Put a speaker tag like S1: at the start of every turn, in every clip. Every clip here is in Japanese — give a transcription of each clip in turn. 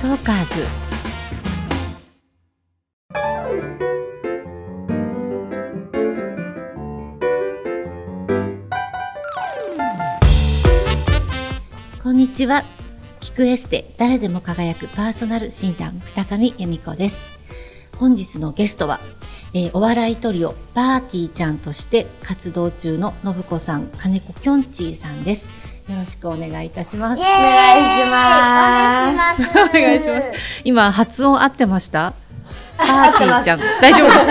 S1: ストーカーズこんにちは聞くエステ誰でも輝くパーソナル診断二上由美子です本日のゲストは、えーお笑いトリオパーティーちゃんとして活動中の信子さん金子きょんちぃさんですよろしくお願いいたします
S2: お願いします。
S1: お願いします。今発音合ってました。パーティーちゃん、大丈夫ですか。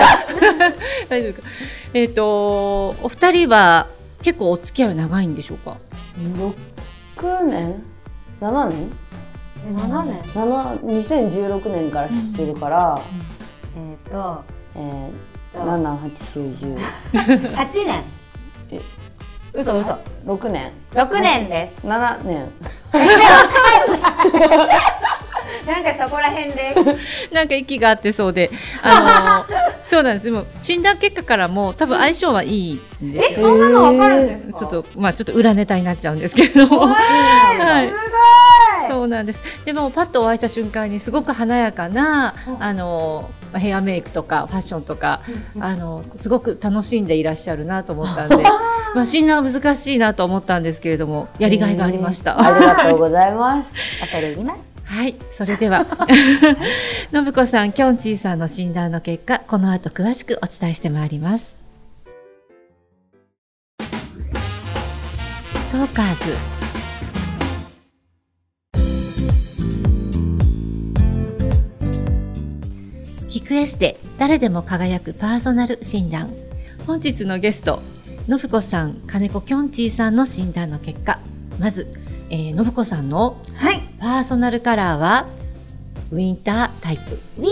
S1: 大丈夫か。 えっ、と、お二人は結構お付き合い長いんでしょうか。
S3: 6年7年
S2: 7年
S3: 7 2016年から知ってるから、
S2: えっと、
S3: えー、78910
S2: 8年。
S3: え
S2: 嘘嘘。
S3: 6年
S2: 6年です。
S3: 7年
S2: なんかそこら辺で。
S1: なんか息があってそうで、あ のそうなんです。でも診断結果からも多分相性はいいんですよ。
S2: そんなのわかるんですか。
S1: ちょっとまあちょっと裏ネタになっちゃうんですけれども、はい。
S2: すごい。
S1: そうなんです。でもパッとお会いした瞬間にすごく華やかな、あのヘアメイクとかファッションとか、あのすごく楽しんでいらっしゃるなと思ったんで、まあ診断は難しいなと思ったんですけれども、やりがいがありました。
S3: えーありがとうございます
S2: 恐れ入ります。
S1: はい、それでは信子さん、きょんちぃさんの診断の結果、この後詳しくお伝えしてまいります。ストーカーズ。キクエステ誰でも輝くパーソナル診断本日のゲスト信子さん金子きょんちぃさんの診断の結果まず、えー、信子さんの
S2: はい。
S1: パーソナルカラーはウィンタータイプ
S2: ウィン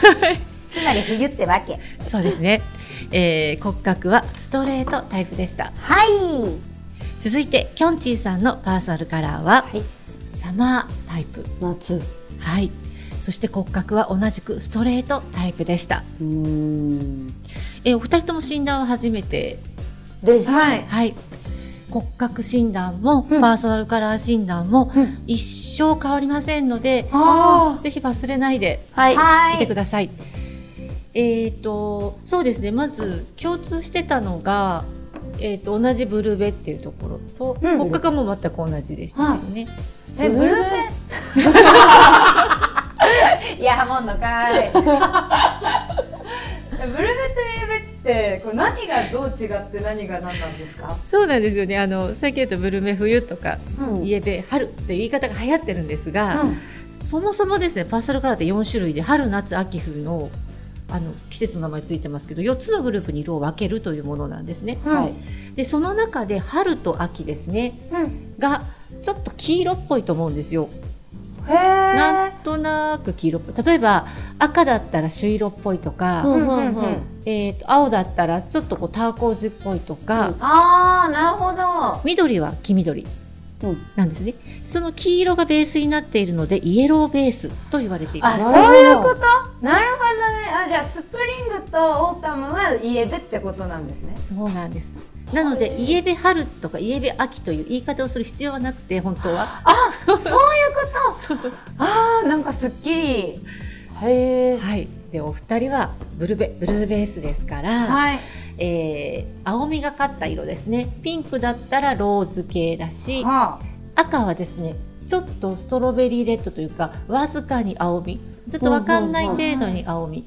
S2: ター。つまり冬ってわけ。
S1: そうです ね、えー、骨格はストレートタイプでした
S2: はい。
S1: 続いてきょんちぃさんのパーソナルカラーは、
S3: はい
S1: サマータイプ
S3: 夏う
S1: はいそして骨格は同じくストレートタイプでした、
S3: ーん
S1: えー、お二人とも診断は初めて
S3: です、
S2: はい
S1: はい骨格診断もパーソナルカラー診断も
S3: うん
S1: 一生変わりませんので、
S2: あ
S1: ぜひ忘れないで
S3: はい
S2: はい。
S1: 見てください。えっ、とそうですね。まず共通してたのがえっ、と同じブルベっていうところと、
S2: うん
S1: 骨格も全く同じでしたけどね。
S2: え、ブルーベ。いや、ハモンのか い。ブルベとエベって、これ何がどう違って、何が何なんですか。
S1: そうなんですよね。あの最近だとブルベ冬とか
S2: うん。
S1: イエベ春っていう言い方が流行ってるんですが、
S2: うん
S1: そもそもですねパーソナルカラーって4種類で春夏秋冬のあの季節の名前ついてますけど4つのグループに色を分けるというものなんですね。
S3: はい、
S1: でその中で春と秋ですね
S2: うん。
S1: がちょっと黄色っぽいと思うんですよ。
S2: へえ。
S1: なんとなく黄色っぽい例えば赤だったら朱色っぽいとか、
S3: うん
S1: えー、と青だったらちょっとこうターコーズっぽいとか、
S3: うん
S2: ああ、なるほど。
S1: 緑は黄緑
S3: うん
S1: なんですねその黄色がベースになっているのでイエローベースと言われていま
S2: あ、
S1: す
S3: なるほど
S2: そういうこと。なるほどね。あ、じゃあスプリングとオータムはイエベってことなんです ね。
S1: そうなんですなのでイエベ春とかイエベ秋という言い方をする必要はなくて本当は
S2: そういうこと。ああ、なんかすっきり。
S3: へえ
S1: はいでお二人はブルベブルーベースですから、
S2: はい。
S1: えー青みがかった色ですねピンクだったらローズ系だし、
S2: は
S1: 赤はですねちょっとストロベリーレッドというかわずかに青みちょっとわかんない程度に青み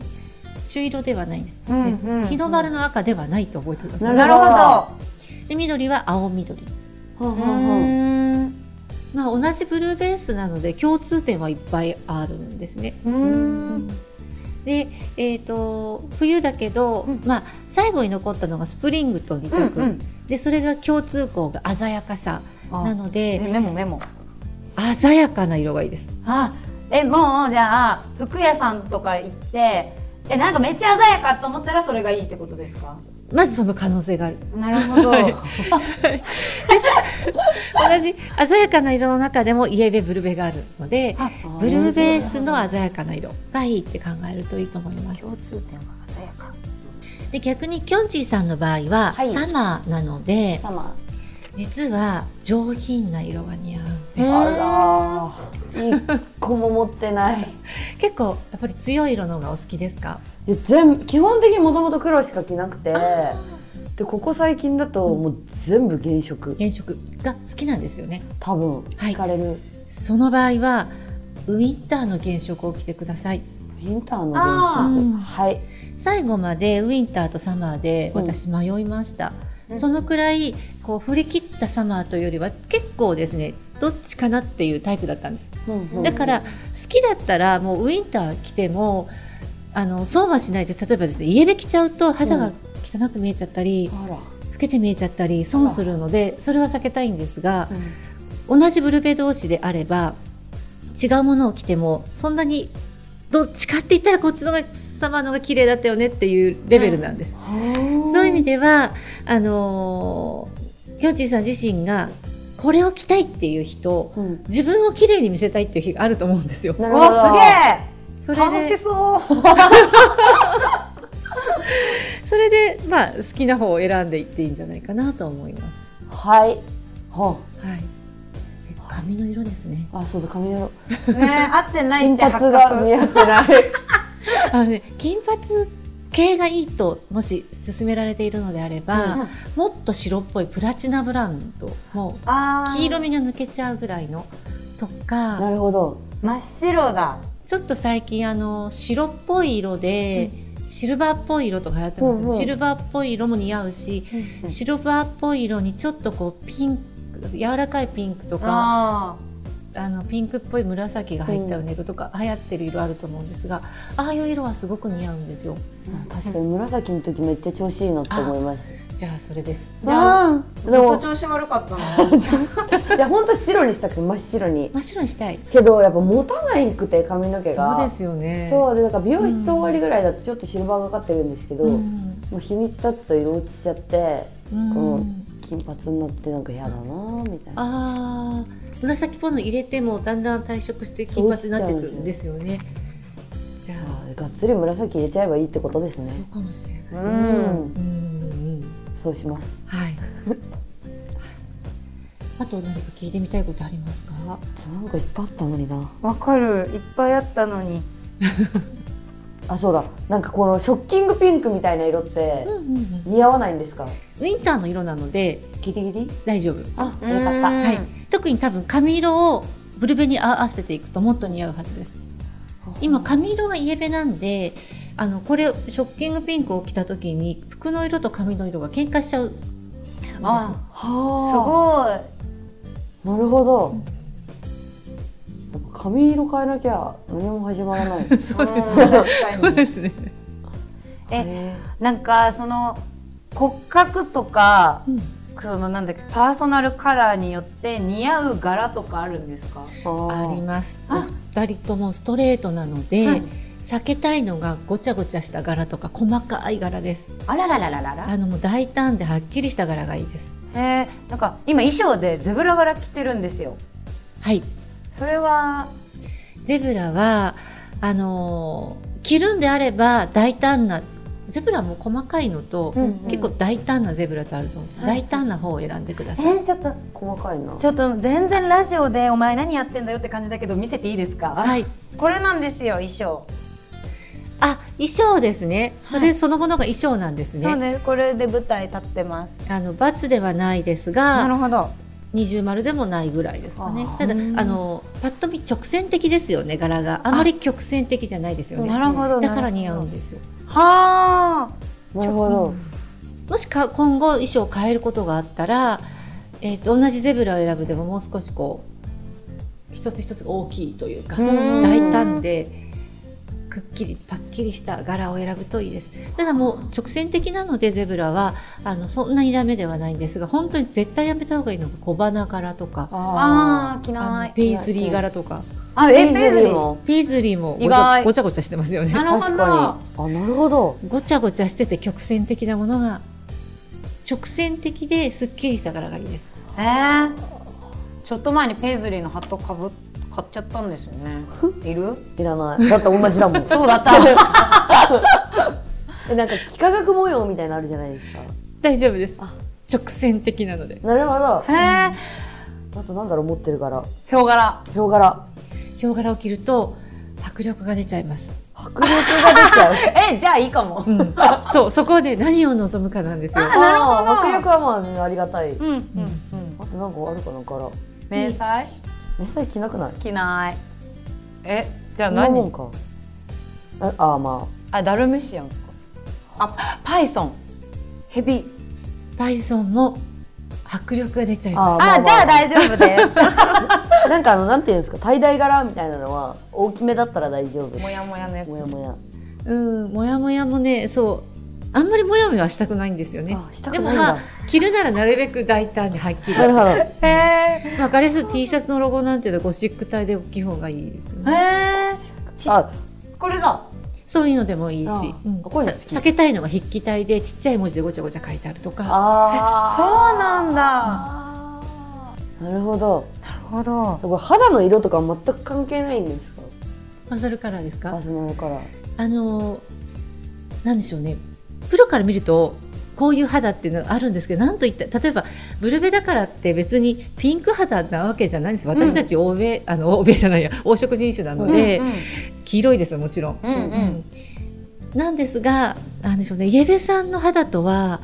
S1: 朱色ではないんです、
S2: うん
S1: ね
S2: うんうん
S1: 日の丸の赤ではないと覚えてくだ
S2: あ。
S1: さ
S3: ないるほ
S1: で緑は青緑
S3: ほん
S2: う
S3: ほんほん
S2: ーん。
S1: まあ同じブルーベースなので共通点はいっぱいあるんですね
S2: うーん。
S1: で、えー、と冬だけど、
S2: うん
S1: まあ、最後に残ったのがスプリングと二
S2: うん
S1: 択、でそれが共通項が鮮やかさなので
S2: えメモメモ。
S1: 鮮やかな色がいいです
S2: あ、えもうじゃあ服屋さんとか行って、えなんかめっちゃ鮮やかと思ったらそれがいいってことですか。
S1: まずその可能性がある
S2: なるほど。
S1: 同じ鮮やかな色の中でもイエベブルベがあるので
S2: あ
S1: ブルーベースの鮮やかな色がいいって考えるといいと思います
S2: 共通点は鮮やか。
S1: で逆にきょんちぃさんの場合は、
S3: はい
S1: サマーなので
S3: 頭
S1: 実は上品な色が似合うんです
S3: あらーいい個も持ってない
S1: 結構やっぱり強い色の方がお好きですか
S3: で全部基本的にもともと黒しか着なくてでここ最近だともう全部原色
S1: 原色が好きなんですよね
S3: 多分
S1: はい
S3: 惹かれる、
S1: その場合はウィンターの原色を着てください
S3: ウィンターの
S2: あ
S1: ー
S3: 原色はい
S1: 最後までウィンターとサマーで
S3: うん
S1: 私迷いました、
S2: うん
S1: そのくらいこう振り切ったサマーというよりは結構ですねどっちかなっていうタイプだったんです
S2: うん
S1: だから好きだったらもうウィンター着てもあのそうはしないで例えばですね家べ着ちゃうと肌が汚く見えちゃったり、
S3: あら、
S1: 老けて見えちゃったり損するのでそれは避けたいんですが同じブルベ同士であれば違うものを着てもそんなにどっちかって言ったらこっちのが様のが綺麗だったよねっていうレベルなんです。そういう意味
S3: で
S1: ではあのーきょんちぃさん自身がこれを着たいっていう人自分を綺麗に見せたいっていう日があると思うんですよ。
S3: なるほど
S2: おすげえ
S1: それ
S2: 楽し
S1: で
S2: そう
S1: それでまあ好きな方を選んでいっていいんじゃないかなと思います。
S3: はいは
S1: はい。で髪の色ですね。
S3: ああそうだ髪の
S2: ね合ってないっ
S3: 金
S2: て発
S3: 髪が
S2: 覚
S3: 似合ってない
S1: あのね金髪系がいいともし勧められているのであれば、
S2: うん
S1: もっと白っぽいプラチナブランドもう
S2: あー
S1: 黄色みが抜けちゃうぐらいのと
S3: な
S1: か
S3: るほど
S2: 真っ白だ
S1: ちょっと最近あの白っぽい色で、シルバーっぽい色とか流行ってますよね、
S3: うんうん
S1: シルバーっぽい色も似合うし、シルバーっぽい色にちょっとこうピンク柔らかいピンクとかあ
S2: あ
S1: のピンクっぽい紫が入ったよねとか、流行ってる色あると思うんですがああいう色はすごく似合うんですよ。
S3: 確かに紫の時めっちゃ調子いいなって思いまし
S1: じゃあそれです
S2: じゃあ
S3: た
S2: ず
S3: で
S2: っと
S3: も
S2: 調子悪かったな
S3: じゃあ本当白にしたくて真っ白に
S1: 真っ白にしたい
S3: けどやっぱ持たないくて髪の毛が
S1: そうですよね
S3: そうでなんか美容室終わりぐらいだとちょっとシルバーがかってるんですけど、
S1: うん
S3: もう日にち経つと色落ちちゃって
S1: うん
S3: うん金髪になってなんか嫌だなーみたい
S1: あ
S3: な
S1: ー紫ポンド入れてもだんだん退色して金髪になってくるんですよねじゃあ
S3: あーがっつり紫入れちゃえばいいってことで
S1: そ
S3: す
S1: う
S3: ね
S1: かもしれ
S2: う
S1: ない
S3: うんん
S1: うんうんうん
S3: そうします
S1: はい あと何か聞いてみたいことありますか
S3: なんかいっぱいあったのにな
S2: わかるいっぱいあったのに
S3: あそうだなんかこのショッキングピンクみたいな色って
S1: うんうんうん
S3: 似合わないんですか
S1: ウィンターの色なので
S3: ギリギリ
S1: 大丈夫
S3: あよかった
S2: うん
S1: はい特に多分髪色をブルベに合わせていくともっと似合うはずです今髪色がイエベなんであのこれショッキングピンクを着た時に服の色と髪の色が喧嘩しちゃうんですよ
S2: あす
S3: は
S2: ごい
S3: あなるほどやっぱ髪色変えなきゃ何も始まらない
S1: そうです
S2: うん
S1: ね。
S2: 確
S1: そ
S2: か
S1: う
S2: に
S1: ですね。
S2: え
S3: え
S2: なんかその骨格とかそのなんだっけパーソナルカラーによって似合う柄とかあるんですか
S1: あ
S3: あ
S1: り
S3: り
S1: ます。
S2: あ
S1: お二人ともストレートなので、
S2: はい
S1: 避けたいのがごちゃごちゃした柄とか細かい柄です。
S2: あらららららら
S1: あのもう大胆ではっきりした柄がいいです。
S2: えー、なんか今衣装でゼブラ柄着てるんですよ
S1: はい。
S2: それは
S1: ゼブラはあのー着るんであれば大胆なゼブラも細かいのと、
S2: うんうん
S1: 結構大胆なゼブラとあると思うんです。
S2: はい
S1: 大胆な方を選んでくだ
S2: え
S1: さい。
S2: ー、ちょっと
S3: 細かいな
S2: ちょっと全然ラジオでお前何やってんだよって感じだけど見せていいですか、
S1: はい。
S2: これなんですよ衣装、
S1: あ、衣装ですね。そ
S2: は
S1: れそのものが衣装なんですね。
S2: そうねこれで舞台立ってます
S1: あのバツではないですが、
S2: なるほど
S1: 二重丸でもないぐらいですかね
S3: あー
S1: ただあ
S3: うん
S1: のパッと見直線的ですよね柄があまり曲線的じゃないですよ
S2: な
S1: ね
S2: るほど
S1: だから似合うんですよ
S2: はあ
S3: なるほど
S1: もしか今後衣装を変えることがあったら、えー、と同じゼブラを選ぶでももう少しこう一つ一つ大きいというか
S2: うん
S1: 大胆でくっきりパッキリした柄を選ぶといいですただもう直線的なのでゼブラはあのそんなにダメではないんですが本当に絶対やめた方がいいのが小花柄とか
S2: あ
S3: あ
S2: ー着
S1: あ
S2: な
S1: の
S2: い
S1: ペイズリー柄とか
S2: あ
S3: ー
S2: えペイズリー
S3: も
S1: ペイズリーもご
S2: 意
S1: ちゃ
S2: 外
S1: ごちゃごちゃしてますよね
S2: なるほ
S3: 確
S2: ど
S3: かにあなるほど
S1: ごちゃごちゃしてて曲線的なものが直線的ですっきりした柄がいいです
S2: えー、ちょっと前にペイズリーのハットかぶ買っちゃったんですよ ねいる
S3: いらないだって同じだもん
S2: そうだった あ
S3: えなんか幾何学模様みたいなのあるじゃないですか
S1: 大丈夫です
S3: あ
S1: 直線的なので
S3: なるほど
S2: へえ
S3: あとなんだろう持ってる柄
S2: ヒョウ柄
S3: ヒョウ柄
S1: ヒヒョウ柄を着ると迫力が出ちゃいます。
S3: 迫力が出ちゃう
S2: えじゃあいいかも
S1: うん、そうそこで何を望むかなんですよ。
S2: あなるほど
S3: あー迫力はまあありがたい
S2: うんうん
S1: ん
S3: あとなんかあるかな柄
S2: 迷彩
S3: 目さえ着なくない
S2: 着ないえじゃあ
S3: そんなもん
S2: 何
S3: かああーま
S2: あダルメシアンかあパイソンヘビ
S1: バイソンも迫力が出ちゃい
S3: あ
S1: ま
S3: あ
S2: あじゃあ大丈夫 です
S3: あなんかあのなんていうんですかtie大柄みたいなのは大きめだったら大丈夫
S2: もやもやのやつ
S3: もやもや
S1: す。うん、もやもやもね、そう、あんまりもやもやはしたくないんですよね。
S3: あした
S1: で
S3: く
S1: も
S3: ないん
S1: まあ
S3: だ、
S1: 着るならなるべく大胆にはっきり。
S3: なるほど
S2: へえ
S1: わかりやすい T シャツのロゴなんていうのはゴシック体で大きい方がいいですよ
S2: へ
S1: ね。
S2: え
S3: あ
S2: これだ
S1: そういうのでもいい
S3: あ
S1: し、うん
S3: こういうの
S1: さ
S3: 好き
S1: 避けたいのが筆記体でちっちゃい文字でごちゃごちゃ書いてあるとか、
S3: あ
S2: そうなんだ
S3: あーなるほど
S2: なるほど
S3: これ肌の色とか全く関係ないんですか
S1: パズルカラーですか
S3: パ？ズマのカラー
S1: あのーなんでしょうね。プロから見るとこういう肌っていうのがあるんですけど、なんといった例えばブルベだからって別にピンク肌なわけじゃないんです。私たち欧米、あの欧米じゃないや黄色人種なので、
S2: うん
S1: 黄色いですよもちろん。
S2: うんうんうん
S1: なんですが、なんでしょうね、イエベさんの肌とは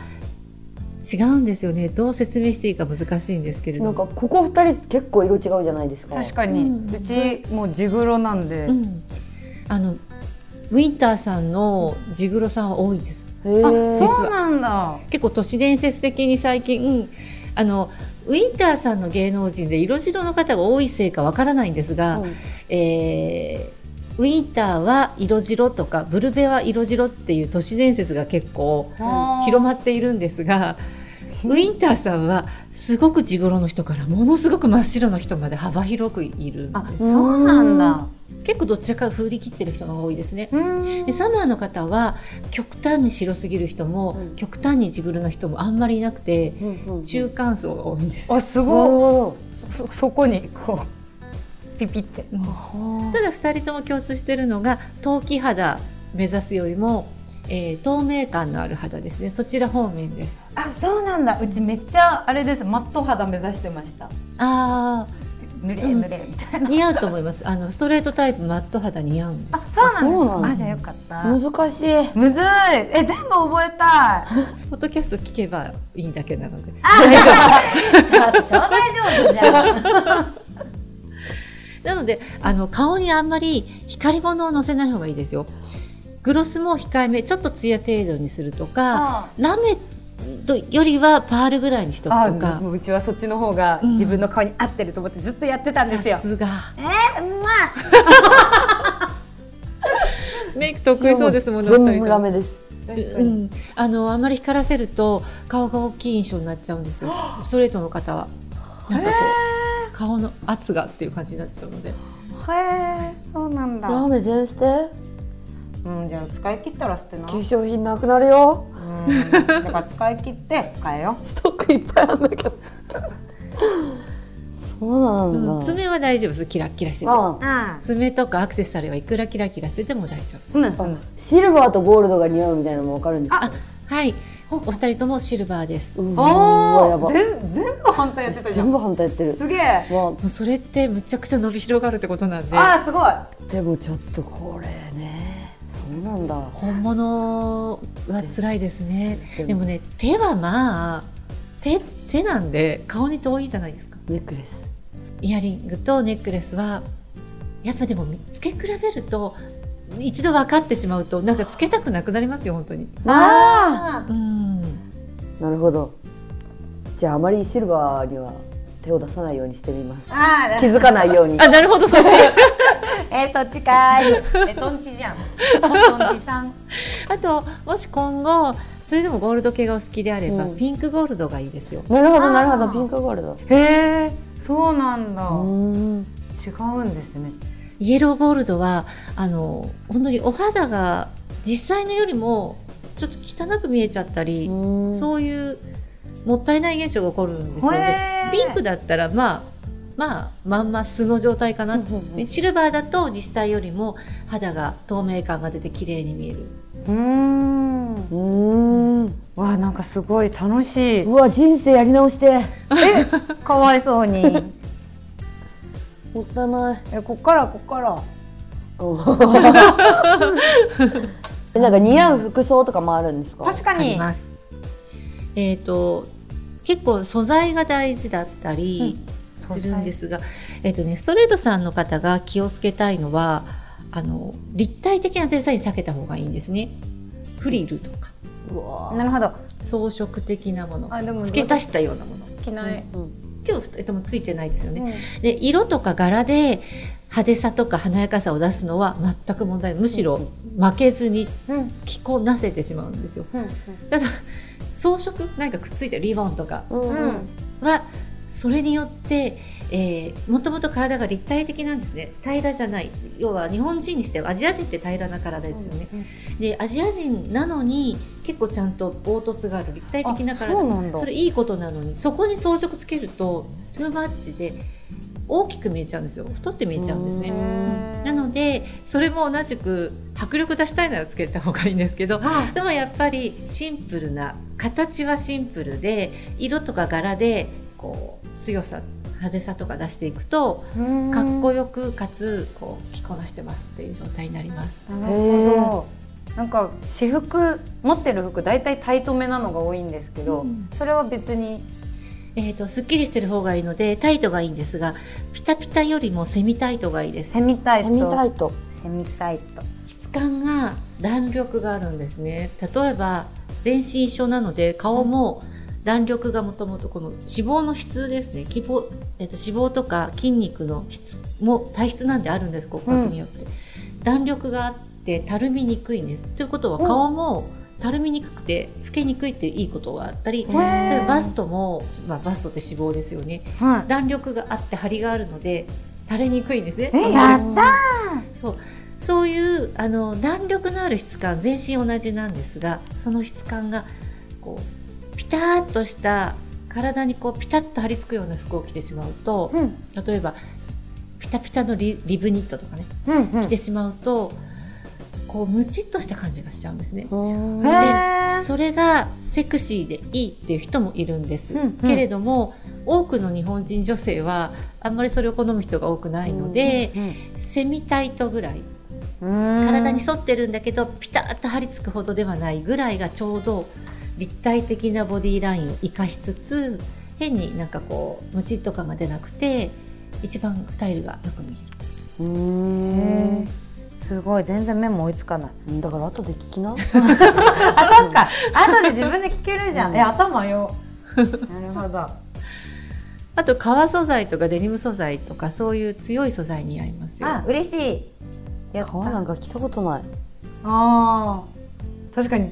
S1: 違うんですよね。どう説明していいか難しいんですけれ
S3: な
S1: ど
S3: ん
S1: も。
S3: かここ二人結構色違うじゃないですか
S2: 確かに、う
S1: うん
S2: ちもう地黒なんで、
S1: うん、あのウィンターさんのジグロさんは多いです。
S3: へえ
S2: あ
S1: 実は
S2: そうなんだ
S1: 結構都市伝説的に最近あのウィンターさんの芸能人で色白の方が多いせいかわからないんですが、えーウィンターは色白とかブルベは色白っていう都市伝説が結構広まっているんですがウィンターさんはすごく地黒の人からものすごく真っ白の人まで幅広くいるん
S2: あ
S1: です
S2: そうなんだ
S1: 結構どちらか振り切ってる人が多いですね。
S2: うん
S1: でサマーの方は極端に白すぎる人も、
S3: うん
S1: 極端に地黒の人もあんまりいなくて、中間層が多いんですよ
S2: あす
S3: なる
S2: ごい
S3: ほ
S2: そそそこにこうピピって
S1: うん
S3: ど
S1: ただ2人とも共通してるのが陶器肌目指すよりも、えー透明感のある肌ですねそちら方面です
S2: あそうなんだうちめっちゃあれですマット肌目指してました
S1: あ
S2: 濡れ
S1: うん
S2: 濡れみたい
S1: ー
S2: な、
S1: 似合うと思いますあのストレートタイプマット肌似合うんです
S2: あそうなんだ
S3: あそうなんだ
S2: あじゃあよかった
S3: 難しい
S2: むずいえ全部覚 えたい
S1: ポッドキャスト聞けばいいだけなので
S2: じゃあ私は大丈夫じ ゃん
S1: なのであの顔にあんまり光り物をのせない方がいいですよグロスも控えめちょっとツヤ程度にするとか
S2: あ
S1: ラメよりはパールぐらいにしとくとか
S2: もううちはそっちの方が
S1: うん
S2: 自分の顔に合ってると思ってずっとやってたんですよ
S1: さ、すが
S2: えうまい
S1: メイク得意そうですもんねお二
S3: 全
S1: 人
S3: 部
S1: と
S3: ラ
S1: も
S3: メです
S2: 確か
S1: う
S2: に
S1: ん、あのあんまり光らせると顔が大きい印象になっちゃうんですよストレートの方はなんかこう顔の圧がっていう感じになっちゃうので
S2: へえそうなんだ
S3: ラメ全捨て
S2: うんじゃあ使い切ったら捨てな
S3: 化粧品なくなるよ
S2: うんだから使い切って変えよ
S3: ストックいっぱいあるんだけどそう
S1: う
S3: なん
S1: ん、
S3: だ、
S1: 爪は大丈夫ですキラッキラしてて
S3: あ
S2: う
S1: 爪とかアクセサリーはいくらキラキラしてても大丈夫
S2: うん、
S3: あシルバーとゴールドが似合うみたいなのもわかるんですか
S2: あ
S1: はいおお二人ともシルバーですも
S3: う
S2: あ
S3: わやば
S2: 全全部反対やってたじゃん
S3: 全部反対やってる
S2: すげえ
S3: わ
S1: うそれってむちゃくちゃ伸びしろがあるってことなんで
S2: あーすごい
S3: でもちょっとこれねそうなんだ
S1: 本物は辛いですね
S3: でも
S1: でもね手はまあ手手なんで顔に遠いじゃないですか
S3: ネックレス
S1: イヤリングとネックレスはやっぱでも付け比べると一度分かってしまうとなんか付けたくなくなりますよ本当に。
S3: あ
S2: あ
S1: うん
S3: あなるほどじゃああまりシルバーには手を出さないようにしてみます
S2: あ
S3: 気づかないように
S1: あなるほどそっち
S2: えー、そっちかーいえとんちじゃんとんちさん
S1: あともし今後それでもゴールド系がお好きであれば、
S3: うん
S1: ピンクゴールドがいいですよ
S3: なるほどなるほ
S2: あ
S3: ど
S2: ー
S3: ピンクゴールド
S2: へえそうなんだ
S3: うーん
S2: 違うんですね
S1: イエローゴールドはあの本当にお肌が実際のよりもちょっと汚く見えちゃったり、
S3: うう
S1: そういうもったいない現象が起こるんですよね。
S2: へー
S1: ピンクだったらまあまあまんま素の状態かな、
S3: んうんう
S1: ね
S3: ん
S1: シルバーだと実際よりも肌が透明感が出て綺麗に見える
S2: うーん
S3: うーん
S2: わあなんかすごい楽しいう
S3: わ人生やり直して
S2: かわいそうに
S3: もったいない
S2: えこっからこっから
S3: え なんか似合う服装とかもあるんですか
S2: 確か
S1: あり
S2: に
S1: ます。えっ、と結構素材が大事だったりするんですが、えっ、とねストレートさんの方が気をつけたいのはあの立体的なデザイン避けた方がいいんですね。フリルとか
S3: うわ
S2: なるほど
S1: 装飾的なもの、
S2: あでも
S1: 付け足したようなもの。
S2: 着
S3: ー
S2: ない、
S3: うん
S1: 今日二人ともついてないですよね。
S2: うん
S1: で色とか柄で派手さとか華やかさを出すのは全く問題ないむしろ負けずに
S2: うん
S1: 着こなせてしまうんですよ
S2: うん
S1: ただ装飾何かくっついてるリボンとか
S3: うんうんうん
S1: はそれによって、えー、もともと体が立体的なんですね平らじゃない要は日本人にしてはアジア人って平らな体ですよね、でアジア人なのに結構ちゃんと凹凸がある立体的な体
S2: そうなんだ
S1: それいいことなのにそこに装飾つけるとトゥーマッチで大きく見えちゃうんですよ太って見えちゃうんです
S3: う
S1: ね
S3: ん
S1: なのでそれも同じく迫力出したいならつけた方がいいんですけど
S2: あ
S1: でもやっぱりシンプルな形はシンプルで色とか柄でこう強さ派手さとか出していくとかっこよくかつこう着こなしてますっていう状態になります。
S2: なるほどなんか私服持ってる服大体タイトめなのが多いんですけど、
S1: うん
S2: それは別に
S1: えー、とすっきりしてる方がいいのでタイトがいいんですがピタピタよりもセミタイトがいいです
S2: セミタイト
S3: セミタイト
S2: セミタイト
S1: 質感が弾力があるんですね例えば全身一緒なので顔も弾力がもともとこの脂肪の質ですね希望、えっと、脂肪とか筋肉の質も体質なんであるんです骨格によって、弾力があってたるみにくいんですということは顔もたるみにくくて老けにくいっていいことがあったり
S3: へ
S1: 例えば
S3: ー
S1: バストも、まあ、バストって脂肪ですよね
S2: はい
S1: 弾力があって張りがあるので垂れにくいんですね
S2: えやった
S1: そうそういうあの弾力のある質感全身同じなんですがその質感がこうピタッとした体にこうピタッと張り付くような服を着てしまうと
S2: うん
S1: 例えばピタピタのリリブニットとかね
S2: うんうん
S1: 着てしまうとこうムチっとした感じがしちゃうんですね。
S3: うん
S2: へ
S3: え
S2: ー
S1: それがセクシーでいいっていう人もいるんです、
S2: うんうん
S1: けれども多くの日本人女性はあんまりそれを好む人が多くないので、セミタイトぐらい体に沿ってるんだけどピタッと張り付くほどではないぐらいがちょうど立体的なボディラインを生かしつつ変になんかこうムチっと感が出なくて一番スタイルがよく見え
S3: う
S2: うんんへーすごい全然目も追いつかない
S3: だから後で聞き な
S2: あそっか後で自分で聞けるじゃんえ頭よなる ほど
S1: るあと革素材とかデニム素材とかそういう強い素材に合いますよ
S2: あ嬉しいやった
S3: 顔なんか着たことない
S2: あー確かに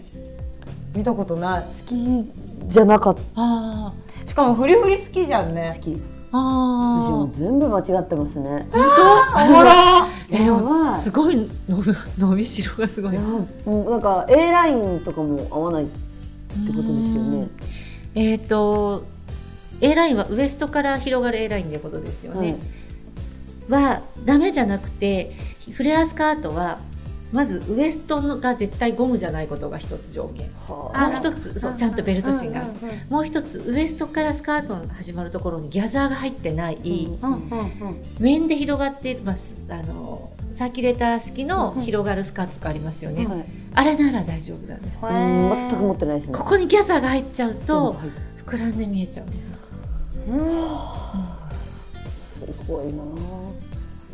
S2: 見たことない
S3: 好きじゃなかった
S1: あ
S2: しかもフリフリ好きじゃんね
S3: 好き
S1: ーあ
S3: 私も全部間違ってますね
S2: お もろ
S1: ーえ
S3: やばい
S1: すごいの伸び しろがすごい
S3: いやもうなんか A ラインとかも合わないってことですよね
S1: えっ、と A ラインはウエストから広がる A ラインってことですよね、はダメじゃなくてフレアスカートはまずウエストのが絶対ゴムじゃないことが一つ条件
S3: は
S1: も
S2: あ
S1: う一つそうちゃんとベルト芯がある、もう一つウエストからスカートの始まるところにギャザーが入ってない、
S2: うんうんうん
S1: 面で広がっている、まあ、すあのサーキュレーター式の広がるスカートとかありますよね、
S3: はい
S1: あれなら大丈夫なんです、
S2: へ
S3: うん
S2: ー
S3: 全く持ってないですね
S1: ここにギャザーが入っちゃう
S3: 全部
S1: と
S3: 入って
S1: 膨らんで見えちゃうんですよ
S2: うん
S3: すごい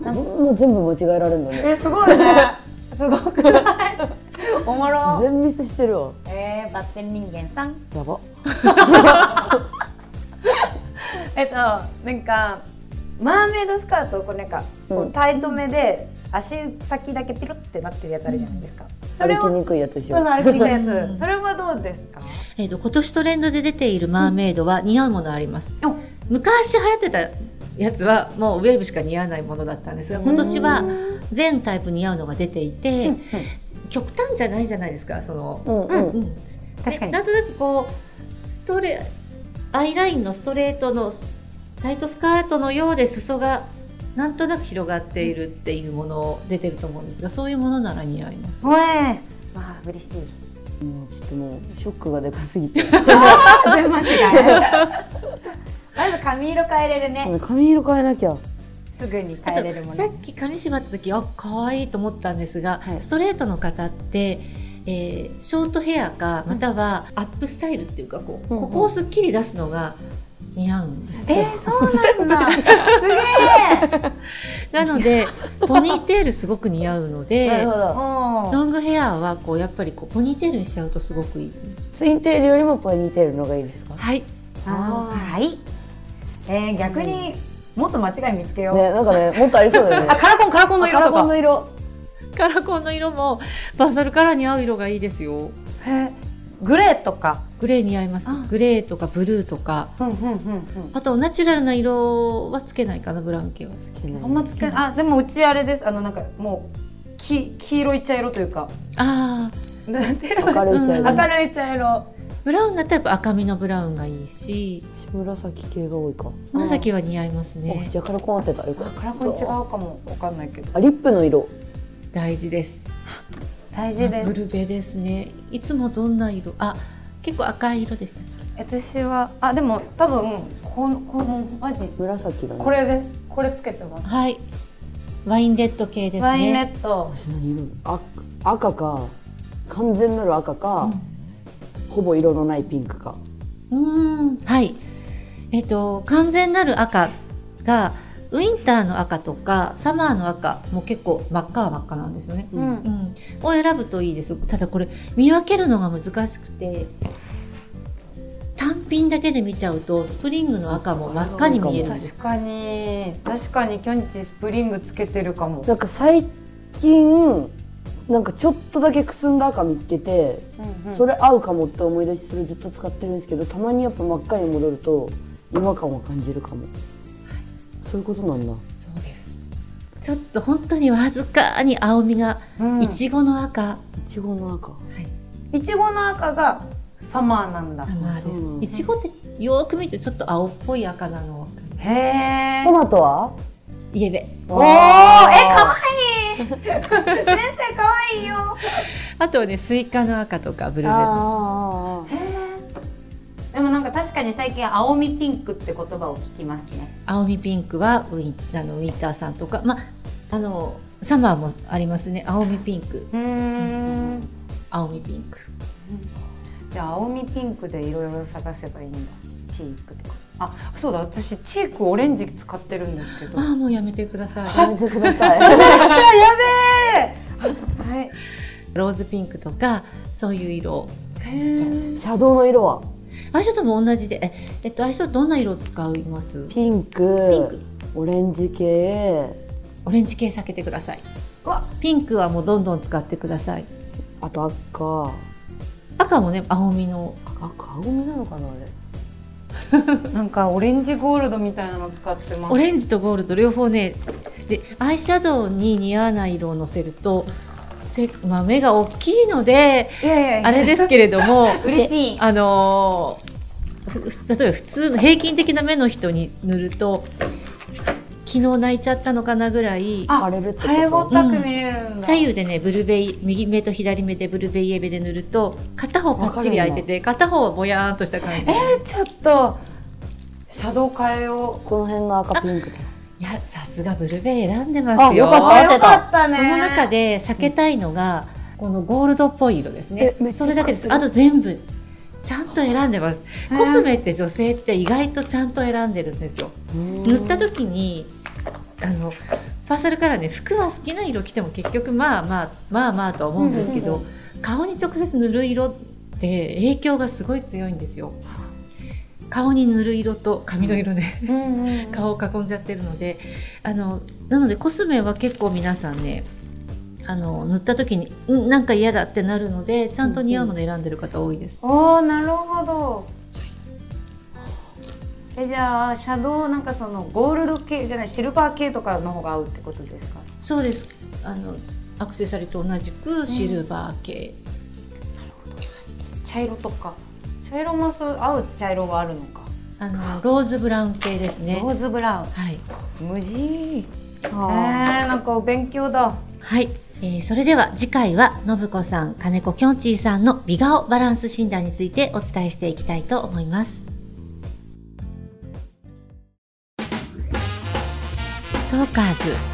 S3: なあもう全部間違えられるんだね
S2: えすごいね すごくない おもろ
S3: 全ミスしてるわ
S2: えー、バッテン人間さん
S3: やば
S2: えっとなんかマーメイドスカートをこうなんか、こ
S3: う
S2: うんタイトめで足先だけピロってなってるやつあるじゃないですか、それ
S3: 歩
S2: を
S3: きにくいやつでし
S2: そ
S3: ょ
S2: の歩きのやつ、
S1: うん
S2: それはどうですか
S1: えー、と今年トレンドで出ているマーメイドは似合うものあります、
S2: お
S1: 昔流行ってたやつはもうウェーブしか似合わないものだったんですが今年は全タイプ似合うのが出ていて、
S2: うんうん
S1: 極端じゃないじゃないですかその、
S3: うんうん
S1: うん
S2: 確か
S1: で
S2: に
S1: なんとなくこうストレアイラインのストレートのタイトスカートのようで裾がなんとなく広がっているっていうもの出てると思うんですがそういうものなら似合います。
S2: ほえまあ嬉しい
S3: もうちょっともうショックがでかすぎて
S2: 全間違い まず髪色変えれるね
S3: 髪色変えなきゃ
S2: すぐに
S1: あ
S2: 耐えれる
S1: と
S2: も
S1: さ
S2: の
S1: っき髪縛った時あ可愛いと思ったんですが、
S3: はい
S1: ストレートの方って、えーショートヘアかまたはアップスタイルっていうかこう、
S3: うんうん
S1: ここをすっきり出すのが似合うん ですよ
S2: えー、そうなんだすげえ
S1: なので ポニーテールすごく似合うの
S3: な
S1: で
S3: るほど
S2: う
S1: ロングヘアはこうやっぱりこうポニーテールにしちゃうとすごくいいと思います
S3: ツインテールよりもポニーテールの方がいいですかね
S1: はい
S2: あーはいえー、逆にもっと間違い見つけよう、
S3: なんかねもっとありそうだよ
S2: あ
S3: ね
S2: カラコンカラコンの色
S3: カラ
S2: と
S3: コン
S2: か
S3: の色
S1: カラコンの色もパーソルカラーに合う色がいいですよ
S2: へーグレーとか
S1: グレー似合います
S2: あ
S1: グレーとかブルーとか
S2: うんうんうんうん
S1: あとナチュラルな色はつけないかなブラウン系は
S2: あんまつけあでもうちあれですあのなんかもうき黄色い茶色というか
S1: ああ
S2: なんていうの
S3: 明るい茶
S1: うん
S3: 色
S2: 明るい茶色
S1: ブラウンだったらやっぱ赤身のブラウンがいいし
S3: 紫系が多いか
S2: うん
S1: 紫は似合います
S3: あ
S1: ね
S3: じゃあカラコン合ってたよかった
S2: カラコン違うかもわかんないけど
S3: あリップの色
S1: 大事です
S2: 大事
S1: ブ
S2: です
S1: ルベですねいつもどんな色あ結構赤い色でしたっ
S2: 私はあでも多分このこのマジ
S3: 紫だね
S2: これですこれつけてます
S1: けはいワインレッド系ですね
S2: ワインレッド
S3: 私何色あ赤か完全なる赤か、ほぼ色のないピンクか
S1: うんうーんはいえっと完全なる赤がウィンターの赤とかサマーの赤も結構真っ赤は真っ赤なんですよね
S2: う
S1: うんん、を選ぶといいですただこれ見分けるのが難しくて単品だけで見ちゃうとスプリングの赤も真っ赤に見えるんです
S2: 確かに確かにきょんちスプリングつけてるかも
S3: なんか最近なんかちょっとだけくすんだ赤見つけて、
S2: うんうん
S3: それ合うかもって思い出しそれずっと使ってるんですけどたまにやっぱ真っ赤に戻ると違和感を感じるかもそういうことなんだ
S1: そうですちょっと本当にわずかに青みが
S2: うん
S1: いちごの赤、はい
S3: ちごの赤
S1: い
S2: いちごの赤がサマーなんだ
S1: サマー
S3: そうなんだ
S1: ですいちごってよーく見るとちょっと青っぽい赤なの
S2: へえ
S3: トマトは
S1: イエベ
S2: おーえ可 愛い先生可愛いよ
S1: あとはねスイカの赤とかブルーベリー
S3: あ
S2: へえでもなんか確かに最近青みピンクって言葉を聞きますね
S1: 青みピンクはウィンあのウィンターさんとかまあのサマーもありますね青みピンク
S2: うーん
S1: 青みピンク
S2: じゃあ青みピンクでいろいろ探せばいいんだチークとかあそうだ私チークオレンジ使ってるんですけど
S1: ああもうやめてください
S3: あやめてく ださい
S2: やべえはい
S1: ローズピンクとかそういう色を使いましょう。
S3: シャドウの色は
S1: アイシャドウも同じで、ええっとアイシャドウどんな色を使います？
S3: ピンク
S1: ピンク、
S3: オレンジ系
S1: オレンジ系避けてください。
S2: うわ
S1: ピンクはもうどんどん使ってください。
S3: あと赤
S1: 赤もね青みの
S3: 赤赤青みなのかなあれ
S2: なんかオレンジゴールドみたいなの使ってま
S1: オ
S2: す
S1: レンジとゴールド両方ねでアイシャドウに似合わない色をのせると。せまあ、目が大きいので
S2: いやいやいや
S1: あれですけれど も
S2: 嬉しい
S1: あのーふ例えば普通の平均的な目の人に塗ると昨日泣いちゃったのかなぐらい
S2: あ
S3: 腫れるって
S2: 腫れぼっ
S3: こ
S2: たく見えるんだ、
S1: 左右でねブルベイ右目と左目でブルベイエベで塗ると片方パッチリ開いてて片方はぼやーんとした感じい
S2: ちょっとシャドウ変えよ
S3: とこの辺の赤ピンクです
S1: やさすがブルベイ選んでますよ
S2: う
S3: あよか合ってた
S2: あよかったね
S1: その中で避けたいのが、このゴールドっぽい色ですね
S3: えめっちゃ
S1: それだけですあと全部ちゃんと選んでます
S2: へー
S1: コスメって女性って意外とちゃんと選んでるんですよ塗った時にあのパーソルカラーね服は好きな色着ても結局まあまあまあまあとは思うんですけど、
S3: うんう
S1: 顔に直接塗る色って影響がすごい強いんですよ顔に塗る色と髪の色ね、
S2: う、うんうんうん
S1: 顔を囲んじゃってるのであのなのでコスメは結構皆さんねあの塗った時にんなんか嫌だってなるのでちゃんと似合うもの選んでる方多いです、
S2: おーなるほどえじゃあシャドウなんかそのゴールド系じゃないシルバー系とかの方が合うってことですか
S1: そうですあのアクセサリーと同じくシルバー系、
S2: 茶色とか茶色もそう合う茶色はあるのか
S1: あのローズブラウン系ですね
S2: ローズブラウン
S1: はい、
S2: 無地えー、
S3: あ
S2: なんかお勉強だ
S1: はいえーそれでは次回は信子さん金子きょんちぃさんの美顔バランス診断についてお伝えしていきたいと思います。東ーカーズ